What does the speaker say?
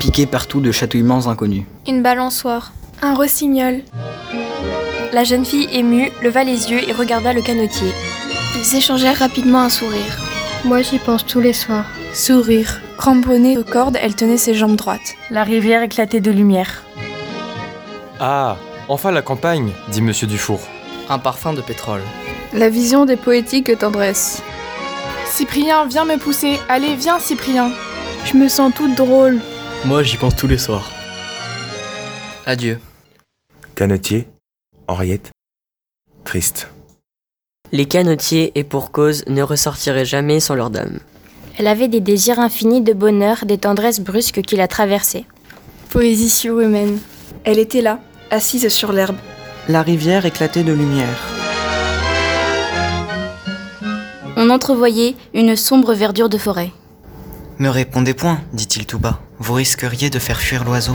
piqué partout de chatouillements inconnus. Une balançoire. Un rossignol. La jeune fille émue leva les yeux et regarda le canotier. Ils échangèrent rapidement un sourire. Moi j'y pense tous les soirs. Sourire. Cramponnée aux cordes, elle tenait ses jambes droites. La rivière éclatait de lumière. Ah, enfin la campagne, dit Monsieur Dufour. Un parfum de pétrole. La vision des poétiques tendresses. Cyprien, viens me pousser. Allez, viens, Cyprien. Je me sens toute drôle. Moi, j'y pense tous les soirs. Adieu. Canotier, Henriette, triste. Les canotiers, et pour cause, ne ressortiraient jamais sans leur dame. Elle avait des désirs infinis de bonheur, des tendresses brusques qui la traversaient. Poésie surhumaine. Elle était là, assise sur l'herbe. La rivière éclatait de lumière on entrevoyait une sombre verdure de forêt. Ne répondez point, dit-il tout bas, vous risqueriez de faire fuir l'oiseau.